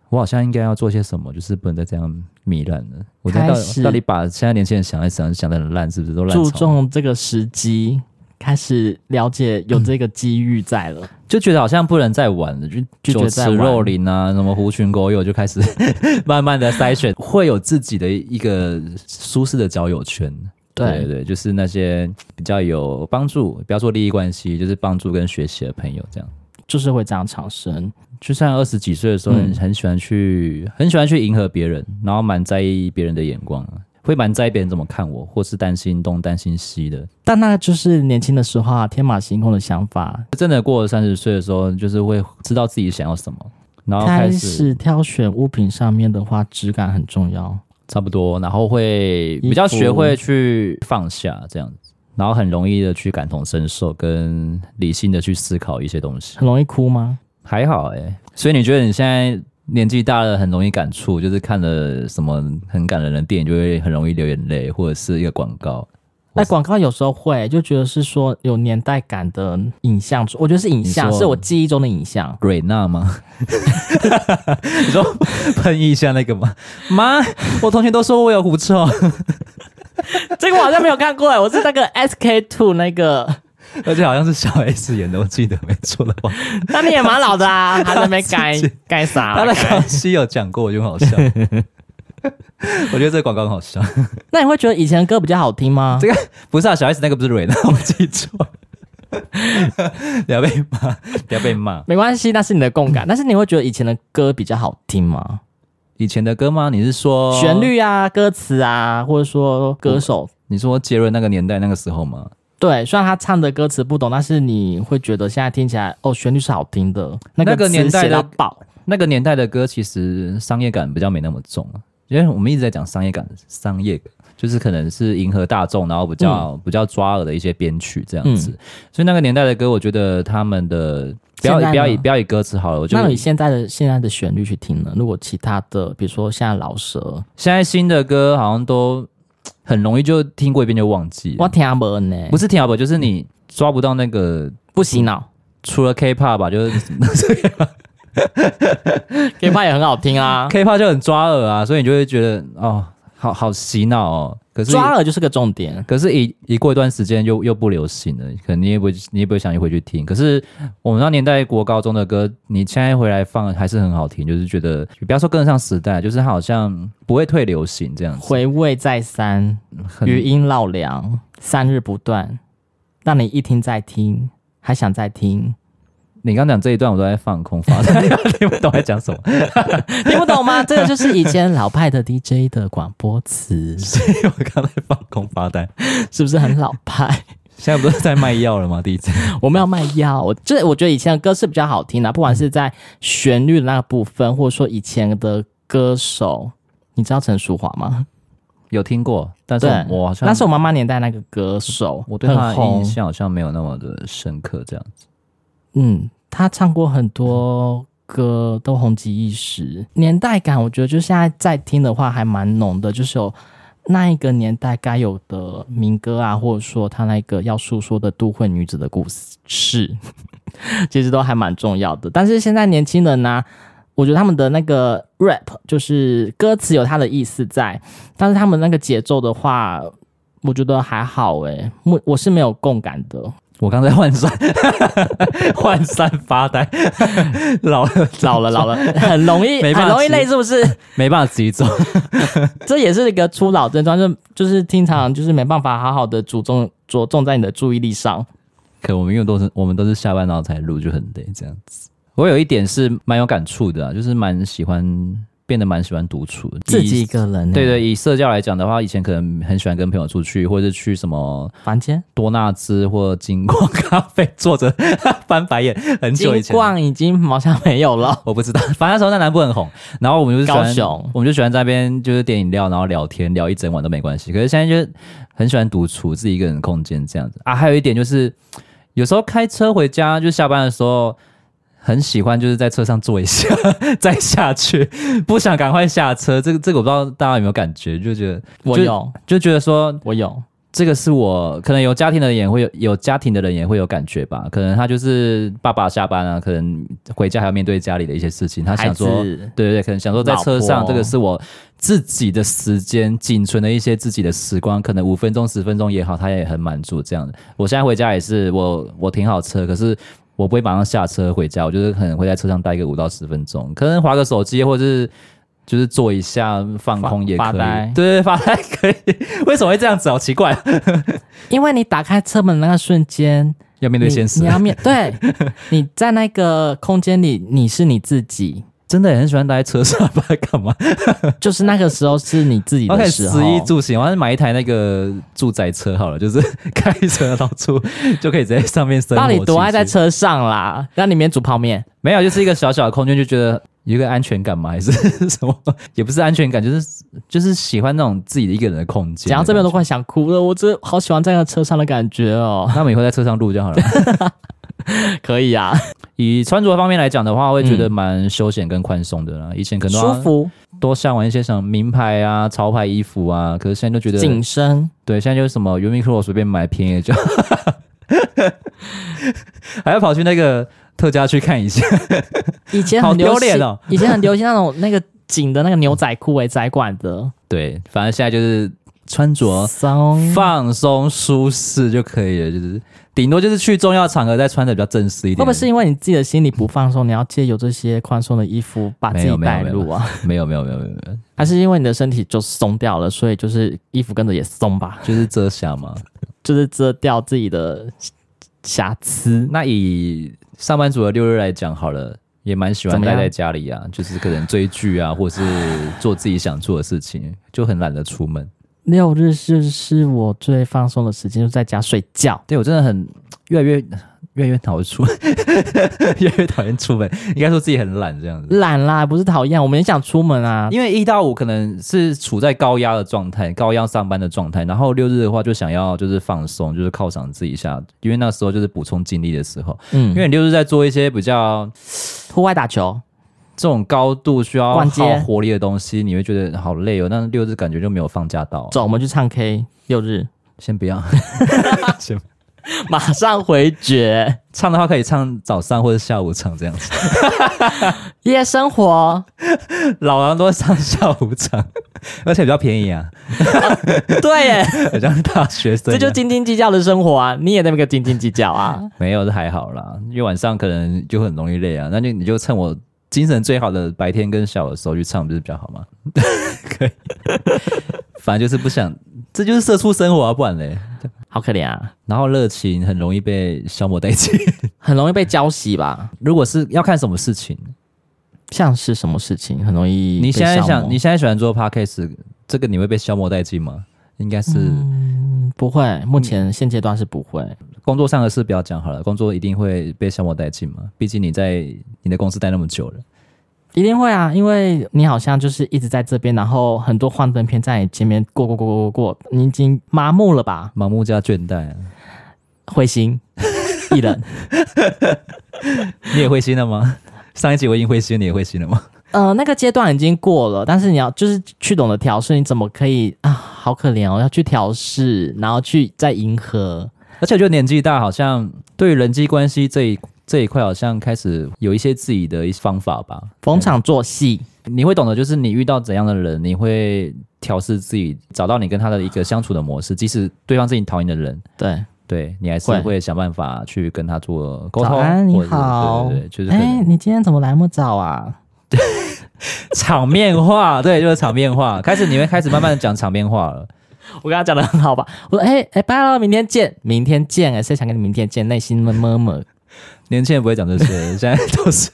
Speaker 2: 我好像应该要做些什么，就是不能再这样糜烂了。我在到
Speaker 1: 开始
Speaker 2: 到底把现在年轻人想来想想的很烂，是不是都烂
Speaker 1: 注
Speaker 2: 惨了？
Speaker 1: 重这个时机，开始了解有这个机遇在了。
Speaker 2: 就觉得好像不能再玩了，
Speaker 1: 就
Speaker 2: 就
Speaker 1: 觉
Speaker 2: 酒
Speaker 1: 得
Speaker 2: 池
Speaker 1: 在玩
Speaker 2: 肉林啊，什么狐群狗友，就开始 慢慢的筛选，会有自己的一个舒适的交友圈。对
Speaker 1: 对，
Speaker 2: 对，就是那些比较有帮助，不要说利益关系，就是帮助跟学习的朋友这样。
Speaker 1: 就是会这样产生。
Speaker 2: 就像二十几岁的时候，很
Speaker 1: 嗯
Speaker 2: 很喜欢去，很喜欢去迎合别人，然后蛮在意别人的眼光啊，会蛮在意别人怎么看我，或是担心东担心西的。
Speaker 1: 但那就是年轻的时候啊，天马行空的想法，
Speaker 2: 真的过了三十岁的时候，就是会知道自己想要什么，然后
Speaker 1: 开
Speaker 2: 开
Speaker 1: 始挑选物品上面的话，质感很重要。
Speaker 2: 差不多，然后会比较学会去放下这样子，然后很容易的去感同身受，跟理性的去思考一些东西。
Speaker 1: 很容易哭吗？
Speaker 2: 还好哎、所以你觉得你现在年纪大了，很容易感触，就是看了什么很感人的电影，就会很容易流眼泪，或者是一个广告。
Speaker 1: 哎，广告有时候会就觉得是说有年代感的影像，我觉得是影像，
Speaker 2: 你说
Speaker 1: 是我记忆中的影像。
Speaker 2: 瑞娜吗？ 你说喷一下那个吗？ 妈，我同学都说我有狐哦臭，
Speaker 1: 这个我好像没有看过哎，我是那个 SK two 那 个，
Speaker 2: 而且好像是小 S 演的，我记得没错的话。
Speaker 1: 那你也蛮老的啊，还在没改改啥？
Speaker 2: 他在康熙有讲过，我觉得很好笑。 我觉得这个广告很好笑。
Speaker 1: 那你会觉得以前的歌比较好听吗？
Speaker 2: 这不是啊，小 S 那个不是瑞娜，我记错了。不要被骂，不要被骂。
Speaker 1: 没关系，那是你的共感。但是你会觉得以前的歌比较好听吗？
Speaker 2: 以前的歌吗？你是说
Speaker 1: 旋？律啊、歌词啊，或者说歌手，
Speaker 2: 你说杰伦那个年代那个时候吗？
Speaker 1: 对，虽然他唱的歌词不懂，但是你会觉得现在听起来，哦，旋律是好听的，那
Speaker 2: 那个
Speaker 1: 词
Speaker 2: 年代
Speaker 1: 写
Speaker 2: 的
Speaker 1: 到爆，
Speaker 2: 那个年代的歌其实商业感比较没那么重啊，因为我们一直在讲商业感，商业就是可能是迎合大众，然后比较、
Speaker 1: 嗯
Speaker 2: 比较抓耳的一些编曲这样子。所以那个年代的歌，我觉得他们的不要
Speaker 1: 现在呢
Speaker 2: 不要以不要以歌词好了，我觉
Speaker 1: 那
Speaker 2: 得
Speaker 1: 你现在的现在的旋律去听呢？如果其他的，比如说现在老舌，
Speaker 2: 现在新的歌好像都很容易就听过一遍就忘记了
Speaker 1: 我听不呢，
Speaker 2: 不是听啊好不，就是你抓不到那个，
Speaker 1: 不啊洗脑
Speaker 2: 除了 K-pop 吧，就是
Speaker 1: ，K-pop 也很好听啊。
Speaker 2: K-pop 就很抓耳啊，所以你就会觉得哦，好好洗脑哦。可是
Speaker 1: 抓了就是个重点。
Speaker 2: 可是一一过一段时间又又不流行了，可能你也不会你也不会想去回去听。可是我们那年代国高中的歌，你现在回来放还是很好听，就是觉得不要说跟得上时代，就是它好像不会退流行这样子。
Speaker 1: 回味再三，
Speaker 2: 很
Speaker 1: 余音绕梁，三日不断，让你一听再听，还想再听，
Speaker 2: 你刚讲这一段我都在放空发呆， 听不懂在讲什么。
Speaker 1: 听不懂吗？这个就是以前老派的 DJ 的广播词，
Speaker 2: 所 以我刚才放空发呆。
Speaker 1: 是不是很老派？
Speaker 2: 现在不是在卖药了吗？第一次，
Speaker 1: 我们要卖药，我这我觉得以前的歌是比较好听的，不管是在旋律的那个部分，或者说以前的歌手，你知道陈淑桦吗？
Speaker 2: 有听过，但是
Speaker 1: 对，
Speaker 2: 我好像
Speaker 1: 那是我妈妈年代那个歌手，
Speaker 2: 我对他
Speaker 1: 很
Speaker 2: 的印
Speaker 1: 红。
Speaker 2: 象好像没有那么的深刻，这样子。
Speaker 1: 嗯，她唱过很多歌，都红极一时。年代感，我觉得就现在在听的话还蛮浓的，就是有那一个年代该有的民歌啊，或者说她那个要诉说的都会女子的故事， 其实都还蛮重要的。但是现在年轻人呢、我觉得他们的那个 rap 就是歌词有它的意思在，但是他们那个节奏的话，我觉得还好诶、我我是没有共感的。
Speaker 2: 我刚才换衫，换衫发呆，老了
Speaker 1: 老了，老 了，很容易，
Speaker 2: 没办
Speaker 1: 很
Speaker 2: 法
Speaker 1: 容易
Speaker 2: 吃
Speaker 1: 累，是不是？
Speaker 2: 没办法自己走。
Speaker 1: 这也是一个初老症状，就就是经常就是没办法好好的注重着重在你的注意力上。
Speaker 2: 可我们因为都是我们都是下班然后才录，就很累这样子。我有一点是蛮有感触的、啊，就是蛮喜欢变得蛮喜欢独处的，
Speaker 1: 自己
Speaker 2: 以
Speaker 1: 一个人，
Speaker 2: 对，对，以社交来讲的话，以前可能很喜欢跟朋友出去，或者是去什么
Speaker 1: 房间
Speaker 2: 多纳兹或金光咖啡，坐着 翻白眼，很久以
Speaker 1: 金
Speaker 2: 前。
Speaker 1: 逛已经好像没有了。
Speaker 2: 我不知道，反正那时候在南部很红，然后我们就是喜欢
Speaker 1: 高雄
Speaker 2: 我们就喜欢在那边就是点饮料，然后聊天聊一整晚都没关系。可是现在就是很喜欢独处，自己一个人的空间这样子啊。还有一点就是，有时候开车回家，就下班的时候，很喜欢就是在车上坐一下 再下去，不想赶快下车。这个这个我不知道大家有没有感觉，就觉得
Speaker 1: 我
Speaker 2: 就
Speaker 1: 有，
Speaker 2: 就觉得说
Speaker 1: 我有，
Speaker 2: 这个是我可能有家庭的人也会有有家庭的人也会有感觉吧，可能他就是爸爸下班啊，可能回家还要面对家里的一些事情，他
Speaker 1: 孩
Speaker 2: 想
Speaker 1: 子
Speaker 2: 说，对对对，可能想说在车
Speaker 1: 老
Speaker 2: 上
Speaker 1: 婆
Speaker 2: 这个是我自己的时间，仅存的一些自己的时光，可能五分钟十分钟也好，他也很满足这样的。我现在回家也是，我我停好车，可是。我不会马上下车回家，我就是可能会在车上待个五到十分钟，可能划个手机，或者是就是坐一下放
Speaker 1: 发
Speaker 2: 空也可
Speaker 1: 发
Speaker 2: 以。
Speaker 1: 呆
Speaker 2: 对对，发呆可以。 为什么会这样子？啊好奇怪。
Speaker 1: 因为你打开车门那个瞬间，
Speaker 2: 要面
Speaker 1: 你
Speaker 2: 对现实
Speaker 1: 你。要面对，你在那个空间里，你是你自 己，
Speaker 2: 真的也很喜欢待在车上，不知道 干嘛。
Speaker 1: 就是那个时候是你自己
Speaker 2: OK，
Speaker 1: 的时候
Speaker 2: 十。一住行，我还是买一台那个住宅车好了，就是 开车到处就可以直接上面生活。
Speaker 1: 到底多爱在
Speaker 2: 其实？
Speaker 1: 车上啦？让里面煮泡面，
Speaker 2: 没有，就是一个小小的空间，就觉得有一个安全感嘛， 还是什么？也不是安全感，就是就是喜欢那种自己的一个人的空间。
Speaker 1: 讲到这边我都快想哭了，我真的好喜欢在那个车上的感觉 哦。
Speaker 2: 那我们以后在车上录就好 了。
Speaker 1: 可以啊，
Speaker 2: 以穿着方面来讲的话，我会觉得蛮休闲跟宽松的啦。以前可能都
Speaker 1: 舒
Speaker 2: 要
Speaker 1: 服、
Speaker 2: 多向往一些像名牌啊、潮牌衣服啊，可是现在都觉得
Speaker 1: 紧身，
Speaker 2: 对，现在就是什么 Uniqlo 随便买便宜的就， 还要跑去那个特价去看一下，
Speaker 1: 以前
Speaker 2: 好
Speaker 1: 很流
Speaker 2: 丢脸
Speaker 1: 行
Speaker 2: 哦。
Speaker 1: 以前很流行那种那个紧的那个牛仔裤为窄管的，
Speaker 2: 对，反正现在就是穿着
Speaker 1: 松
Speaker 2: 放松舒适就可以了，就是顶多就是去重要场合再穿的比较正式一
Speaker 1: 会不
Speaker 2: 点。
Speaker 1: 会是因为你自己的心理不放松，你要借由这些宽松的衣服把自
Speaker 2: 没
Speaker 1: 己
Speaker 2: 有没有
Speaker 1: 带
Speaker 2: 没有
Speaker 1: 入啊？
Speaker 2: 没有没有没有没有没有，
Speaker 1: 还是因为你的身体就松掉了，所以就是衣服跟着也松吧，
Speaker 2: 就是遮瑕嘛。
Speaker 1: 就是遮掉自己的瑕疵。
Speaker 2: 那以上班族的六日来讲好了。也蛮喜
Speaker 1: 怎
Speaker 2: 欢
Speaker 1: 么
Speaker 2: 待
Speaker 1: 样
Speaker 2: 在家里啊，就是可能追剧啊，或是做自己想做的事情，就很懒得出门。
Speaker 1: 六日是是我最放松的时间，就在家睡觉。
Speaker 2: 对我真的很越来越越来越讨厌出，越来越讨厌出门。应该说自己很懒这样子，
Speaker 1: 懒啦，不是讨厌，我们也想出门啊。
Speaker 2: 因为一到五可能是处在高压的状态，高压上班的状态，然后六日的话就想要就是放松，就是犒赏自己一下，因为那时候就是补充精力的时候。
Speaker 1: 嗯，因
Speaker 2: 因为你六日在做一些比较
Speaker 1: 户外打球，
Speaker 2: 这种高度需要
Speaker 1: 逛街
Speaker 2: 耗活力的东西，你会觉得好累哦。那六日感觉就没有放假到。
Speaker 1: 走，我们去唱 K。六日，
Speaker 2: 先不要，先
Speaker 1: 马上回绝。
Speaker 2: 唱的话可以唱早上或者下午唱这样子，
Speaker 1: 夜生活，
Speaker 2: 老狼都会唱下午场， 而且比较便宜啊，
Speaker 1: 对耶，
Speaker 2: 很像大学生一啊
Speaker 1: 这就
Speaker 2: 样。
Speaker 1: 斤斤计较的生活啊！你也在那个斤斤计较啊？
Speaker 2: 没有，这还好啦，因为晚上可能就很容易累啊，那就你就趁我精神最好的白天跟下午的时候去唱，不是比较好吗？ 可以，反正就是不想，这就是社畜生活啊，不然嘞。
Speaker 1: 好可怜啊，
Speaker 2: 然后热情很容易被消磨殆尽。
Speaker 1: 很容易被浇熄吧？
Speaker 2: 如果是要看什么事情，
Speaker 1: 像是什么事情很容易
Speaker 2: 你
Speaker 1: 被
Speaker 2: 现在
Speaker 1: 消磨
Speaker 2: 想，你现在喜欢做 podcast，这个你会被消磨殆尽吗？应该是
Speaker 1: 嗯不会，目前现阶段是不会。
Speaker 2: 工作上的事不要讲好了，工作一定会被消磨殆尽嘛。毕竟你在你的公司待那么久了，
Speaker 1: 一定会啊，因为你好像就是一直在这边，然后很多幻灯片在你前面过过过过过，你已经麻木了吧？
Speaker 2: 盲目加倦怠、啊，
Speaker 1: 灰心，一人。
Speaker 2: 你也灰心了吗？上一集我已经灰心，你也灰心了吗？
Speaker 1: 呃，那个阶段已经过了，但是你要就是去懂得调试，你怎么可以啊？好可怜哦，要去调试，然后去再迎合。
Speaker 2: 而且我觉得年纪大，好像对于人际关系这一这一块，好像开始有一些自己的一些方法吧。
Speaker 1: 逢场作戏，
Speaker 2: 你会懂得，就是你遇到怎样的人，你会调试自己，找到你跟他的一个相处的模式。即使对方是你讨厌的人，
Speaker 1: 对，
Speaker 2: 对你还是
Speaker 1: 会
Speaker 2: 会想办法去跟他做沟通。
Speaker 1: 早安，你
Speaker 2: 或者是
Speaker 1: 好，
Speaker 2: 对对对，就是可
Speaker 1: 哎、
Speaker 2: 能
Speaker 1: 你今天怎么来那么早啊？
Speaker 2: 场面话，对，就是场面话。开始你会开始慢慢的讲场面话了。
Speaker 1: 我跟他讲的很好吧？我说，哎、哎，拜了，明天见，明天见，哎，谁想跟你明天见？内心闷闷闷，
Speaker 2: 年轻人不会讲这些， 现在都是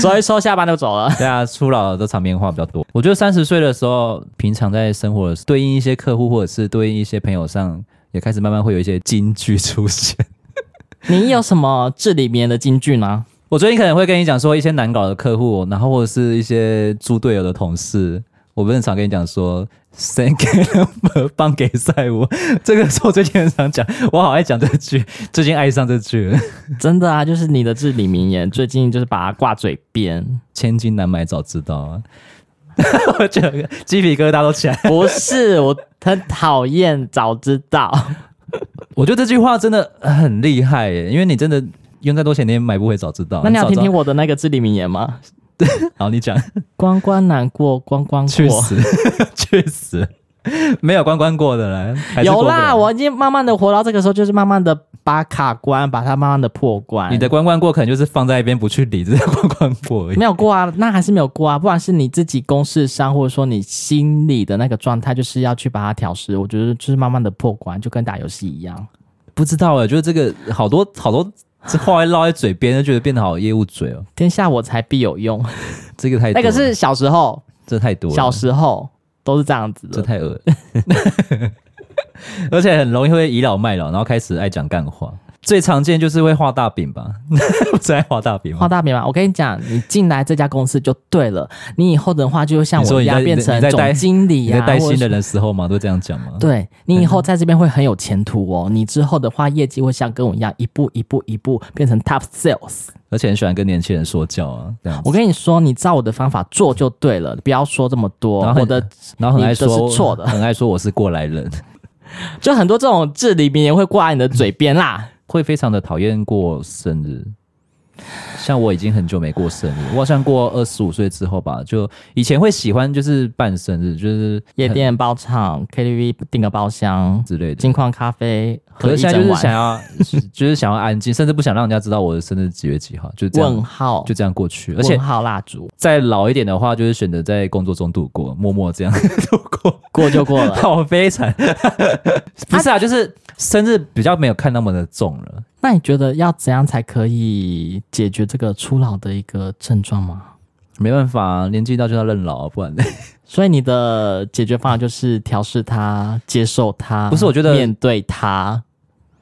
Speaker 1: 所以说下班就走 了。
Speaker 2: 大家啊初老的场面话比较多。我觉得三十岁的时候，平常在生活的时候对应一些客户或者是对应一些朋友上，也开始慢慢会有一些金句出现。
Speaker 1: 你有什么至理名言的金句呢？
Speaker 2: 我最近可能会跟你讲说一些难搞的客户，然后或者是一些猪队友的同事，我不是很常跟你讲说 “send 给 number 帮给赛我”，这个是我最近很常讲，我好爱讲这句，最近爱上这句了，
Speaker 1: 真的啊，就是你的至理名言，最近就是把它挂嘴边。
Speaker 2: 千金难买早知道啊。 我觉得鸡皮疙瘩都起来。
Speaker 1: 不是，我很讨厌，早知 道。
Speaker 2: 我觉得这句话真的很厉害耶，因为你真的用再多钱你也买不回早知道。
Speaker 1: 那你要
Speaker 2: 早知
Speaker 1: 听
Speaker 2: 道
Speaker 1: 听，我的那个至理名言吗？
Speaker 2: 好，你讲，
Speaker 1: 关关难过关关
Speaker 2: 去
Speaker 1: 过。
Speaker 2: 死， 去死，没有关关过的人，还是
Speaker 1: 有
Speaker 2: 过不
Speaker 1: 啦，
Speaker 2: 了
Speaker 1: 我已经慢慢的活到这个时候，就是慢慢的把卡关，把它慢慢的破关。
Speaker 2: 你的关关过可能就是放在一边不去理，这叫关关过而已。
Speaker 1: 没有过啊，那还是没有过啊。不管是你自己公事上，或者说你心里的那个状态，就是要去把它调试。我觉得就是慢慢的破关，就跟打游戏一样。
Speaker 2: 不知
Speaker 1: 啊
Speaker 2: 道哎，就是这个好多好多这话会落在嘴边，就觉得变得好业务嘴哦。
Speaker 1: 天下我材必有用，
Speaker 2: 这个太多
Speaker 1: 那个
Speaker 2: 了
Speaker 1: 是小时候，
Speaker 2: 这太多了，
Speaker 1: 小时候都是这样子
Speaker 2: 这
Speaker 1: 的。
Speaker 2: 太恶了， 而且很容易会倚老卖老，然后开始爱讲干话。最常见就是会画大饼吧， 不是爱画大饼
Speaker 1: 画
Speaker 2: 吗？
Speaker 1: 大饼嘛，我跟你讲，你进来这家公司就对了。你以后的话，就像
Speaker 2: 你说
Speaker 1: 我一
Speaker 2: 你在
Speaker 1: 样变成
Speaker 2: 你在带
Speaker 1: 总经理
Speaker 2: 你
Speaker 1: 呀、
Speaker 2: 在
Speaker 1: 啊，
Speaker 2: 带
Speaker 1: 或者
Speaker 2: 新
Speaker 1: 是
Speaker 2: 的嗯人的时候嘛，都这样讲嘛。
Speaker 1: 对你以后在这边会很有前途哦。你之后的话，业绩会像跟我一样，一步一步一步变成 top sales。
Speaker 2: 而且很喜欢跟年轻人说教啊，这样子。
Speaker 1: 我跟你说，你照我的方法做就对了，不要说这么多。
Speaker 2: 然后很
Speaker 1: 我的
Speaker 2: 然后很爱
Speaker 1: 你这
Speaker 2: 说
Speaker 1: 是错的
Speaker 2: 很爱说我是过来人，
Speaker 1: 就很多这种至理名言会挂在你的嘴边 啦。
Speaker 2: 会非常的讨厌过生日。像我已经很久没过生日，我好像过二十五岁之后吧，就以前会喜欢就是办生日，就是
Speaker 1: 夜店包场、KTV 订个包厢、
Speaker 2: 之类的。
Speaker 1: 金矿咖啡喝
Speaker 2: 可是
Speaker 1: 一
Speaker 2: 现在就
Speaker 1: 整
Speaker 2: 是想
Speaker 1: 晚。
Speaker 2: 要， 就是想要安静，甚至不想让人家知道我的生日几月几号，就这
Speaker 1: 问
Speaker 2: 样
Speaker 1: 号，
Speaker 2: 就这样过去。而且
Speaker 1: 问号蜡烛
Speaker 2: 再老一点的话，就是选择在工作中度过，默默这样 度过，
Speaker 1: 过就过了。
Speaker 2: 好悲惨。不是啊，就是生日比较没有看那么的重了。
Speaker 1: 那你觉得要怎样才可以解决这个初老的一个症状吗？
Speaker 2: 没办法、年纪大就要认老、啊，不 然呢
Speaker 1: 所以你的解决方法就是调试它、接受它，
Speaker 2: 不是我觉得
Speaker 1: 面对它。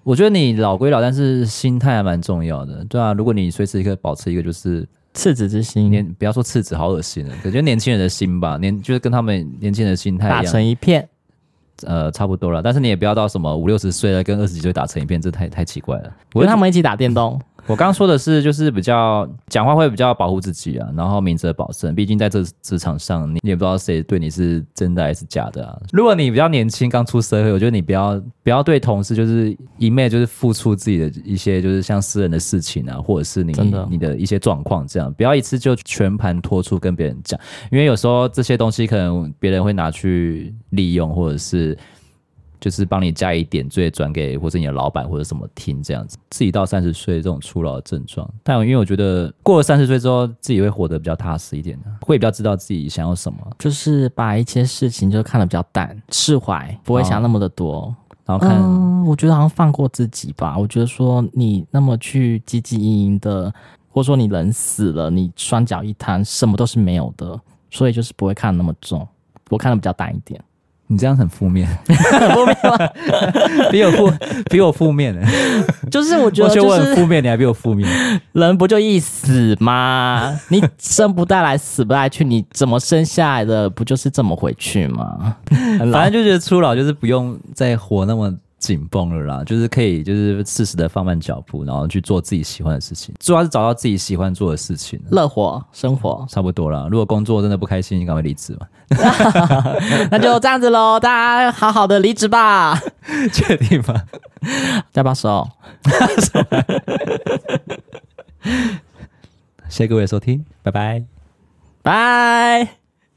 Speaker 2: 我觉得你老归老，但是心态还蛮重要的，对啊。如果你随时一个保持一个就是
Speaker 1: 赤子之心，
Speaker 2: 年，不要说赤子，好恶心啊，感觉年轻人的心吧，年就是跟他们年轻人的心态
Speaker 1: 打
Speaker 2: 一样，
Speaker 1: 成一片。
Speaker 2: 呃，差不多了。但是你也不要到什么五六十岁了，跟二十几岁打成一片，这太太奇怪了。
Speaker 1: 我
Speaker 2: 我
Speaker 1: 跟他们一起打电动，
Speaker 2: 我刚刚说的是，就是比较讲话会比较保护自己啊，然后明哲保身。毕竟在这职场上，你也不知道谁对你是真的还是假的啊。如果你比较年轻，刚出社会，我觉得你不要不要对同事就是一昧就是付出自己的一些就是像私人的事情啊，或者是你
Speaker 1: 真的
Speaker 2: 你的一些状况这样，不要一次就全盘托出跟别人讲，因为有时候这些东西可能别人会拿去利用，或者是。就是帮你加以点缀，转给或者你的老板或者什么听这样子。自己到三十岁这种初老的症状，但因为我觉得过了三十岁之后，自己会活得比较踏实一点的，会比较知道自己想要什么，
Speaker 1: 就是把一些事情就看得比较淡，释怀，不
Speaker 2: 哦
Speaker 1: 会想那么的多。
Speaker 2: 然后看、
Speaker 1: 嗯，我觉得好像放过自己吧。我觉得说你那么去汲汲营营的，或者说你人死了，你双脚一摊，什么都是没有的，所以就是不会看得那么重，我看得比较淡一点。
Speaker 2: 你这样很负 面， 比我负比我负面呢、
Speaker 1: 就是我觉
Speaker 2: 我
Speaker 1: 得
Speaker 2: 觉得
Speaker 1: 就
Speaker 2: 我很
Speaker 1: 是
Speaker 2: 负面，你还比我负面。
Speaker 1: 人不就一死吗？你生不带来，死不带去，你怎么生下来的？不就是这么回去吗？
Speaker 2: 反正就觉得初老就是不用再活那么紧绷了啦，就是可以就是适时的放慢脚步，然后去做自己喜欢的事情，主要是找到自己喜欢做的事情。啊
Speaker 1: 乐活生 活，
Speaker 2: 差不多啦，如果工作真的不开心，你赶快离职嘛。
Speaker 1: 那就这样子喽，大家好好的离职吧，
Speaker 2: 确定吗？
Speaker 1: 加把手。
Speaker 2: 谢谢各位的收听，拜拜。
Speaker 1: 拜。